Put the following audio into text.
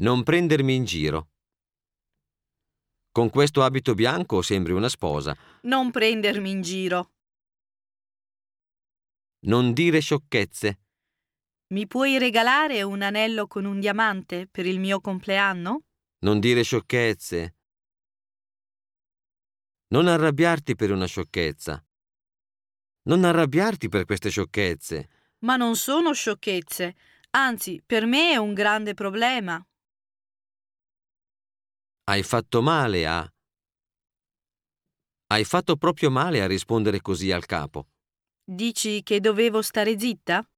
Non prendermi in giro. Con questo abito bianco sembri una sposa. Non prendermi in giro. Non dire sciocchezze. Mi puoi regalare un anello con un diamante per il mio compleanno? Non dire sciocchezze. Non arrabbiarti per una sciocchezza. Non arrabbiarti per queste sciocchezze. Ma non sono sciocchezze. Anzi, per me è un grande problema. Hai fatto male a... Hai fatto proprio male a rispondere così al capo. Dici che dovevo stare zitta?